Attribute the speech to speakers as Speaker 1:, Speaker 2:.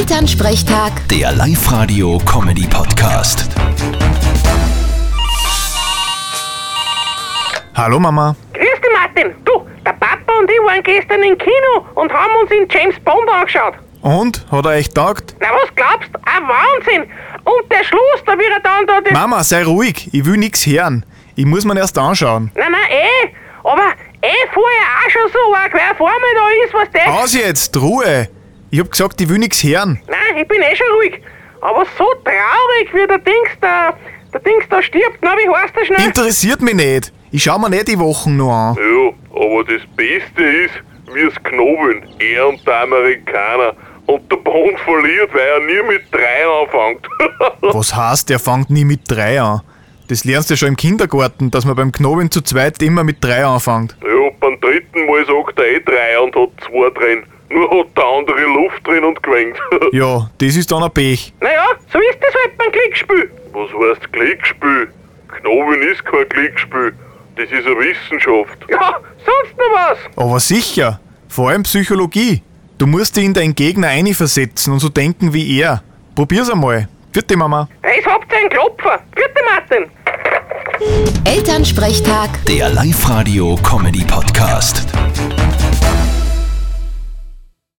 Speaker 1: Elternsprechtag,
Speaker 2: Der Live-Radio-Comedy-Podcast.
Speaker 3: Hallo Mama.
Speaker 4: Grüß dich, Martin. Du, der Papa und ich waren gestern im Kino und haben uns in James Bond angeschaut.
Speaker 3: Und? Hat er echt taugt?
Speaker 4: Na, was glaubst? Ein Wahnsinn! Und der Schluss, da wird er dann da das...
Speaker 3: Mama, sei ruhig, ich will nix hören. Ich muss mir erst anschauen.
Speaker 4: Nein, nein, eh! Aber eh vorher auch schon so arg, wer vor mir da ist, was der...
Speaker 3: Aus jetzt, Ruhe! Ich hab gesagt, ich will nix hören.
Speaker 4: Nein, ich bin eh schon ruhig. Aber so traurig, wie der Dings da... Der Dings da stirbt, na, wie heißt der schnell?
Speaker 3: Interessiert mich nicht. Ich schau mir nicht die Wochen nur an.
Speaker 5: Ja, aber das Beste ist, wir's knobeln, er und der Amerikaner. Und der Bond verliert, weil er nie mit drei anfängt.
Speaker 3: Was heißt, der fängt nie mit drei an? Das lernst du schon im Kindergarten, dass man beim Knobeln zu zweit immer mit drei anfängt.
Speaker 5: ja, beim dritten Mal sagt er eh drei und hat zwei drin. Nur hat der andere Luft drin und gewinnt.
Speaker 3: Ja, das ist dann ein Pech.
Speaker 4: Naja, so ist das halt beim Glücksspiel.
Speaker 5: Was heißt Glücksspiel? Knobeln ist kein Glücksspiel. Das ist eine Wissenschaft.
Speaker 4: Ja, sonst noch was.
Speaker 3: Aber sicher, vor allem Psychologie. Du musst dich in deinen Gegner einversetzen und so denken wie er. Probier's einmal. Vierte Mama.
Speaker 4: Das habt ihr einen Klopfer. Vierte Martin.
Speaker 1: Elternsprechtag.
Speaker 2: Der Live-Radio-Comedy-Podcast.